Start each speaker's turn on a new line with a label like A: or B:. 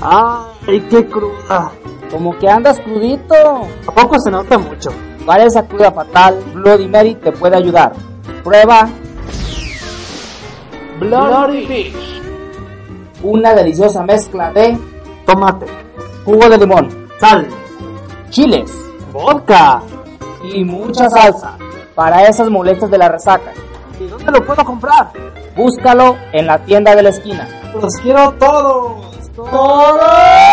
A: ¡Ay, qué cruda!
B: Como que andas crudito.
A: ¿A poco se nota mucho?
B: Para esa cruda fatal, Bloody Mary te puede ayudar. Prueba
A: Bloody Fish.
B: una deliciosa mezcla de
A: Tomate.
B: jugo de limón,
A: Sal.
B: chiles
A: Vodka.
B: y mucha salsa para esas molestias de la resaca.
A: ¿Y dónde lo puedo comprar?
B: Búscalo en la tienda de la esquina.
A: Los quiero todos. Todos.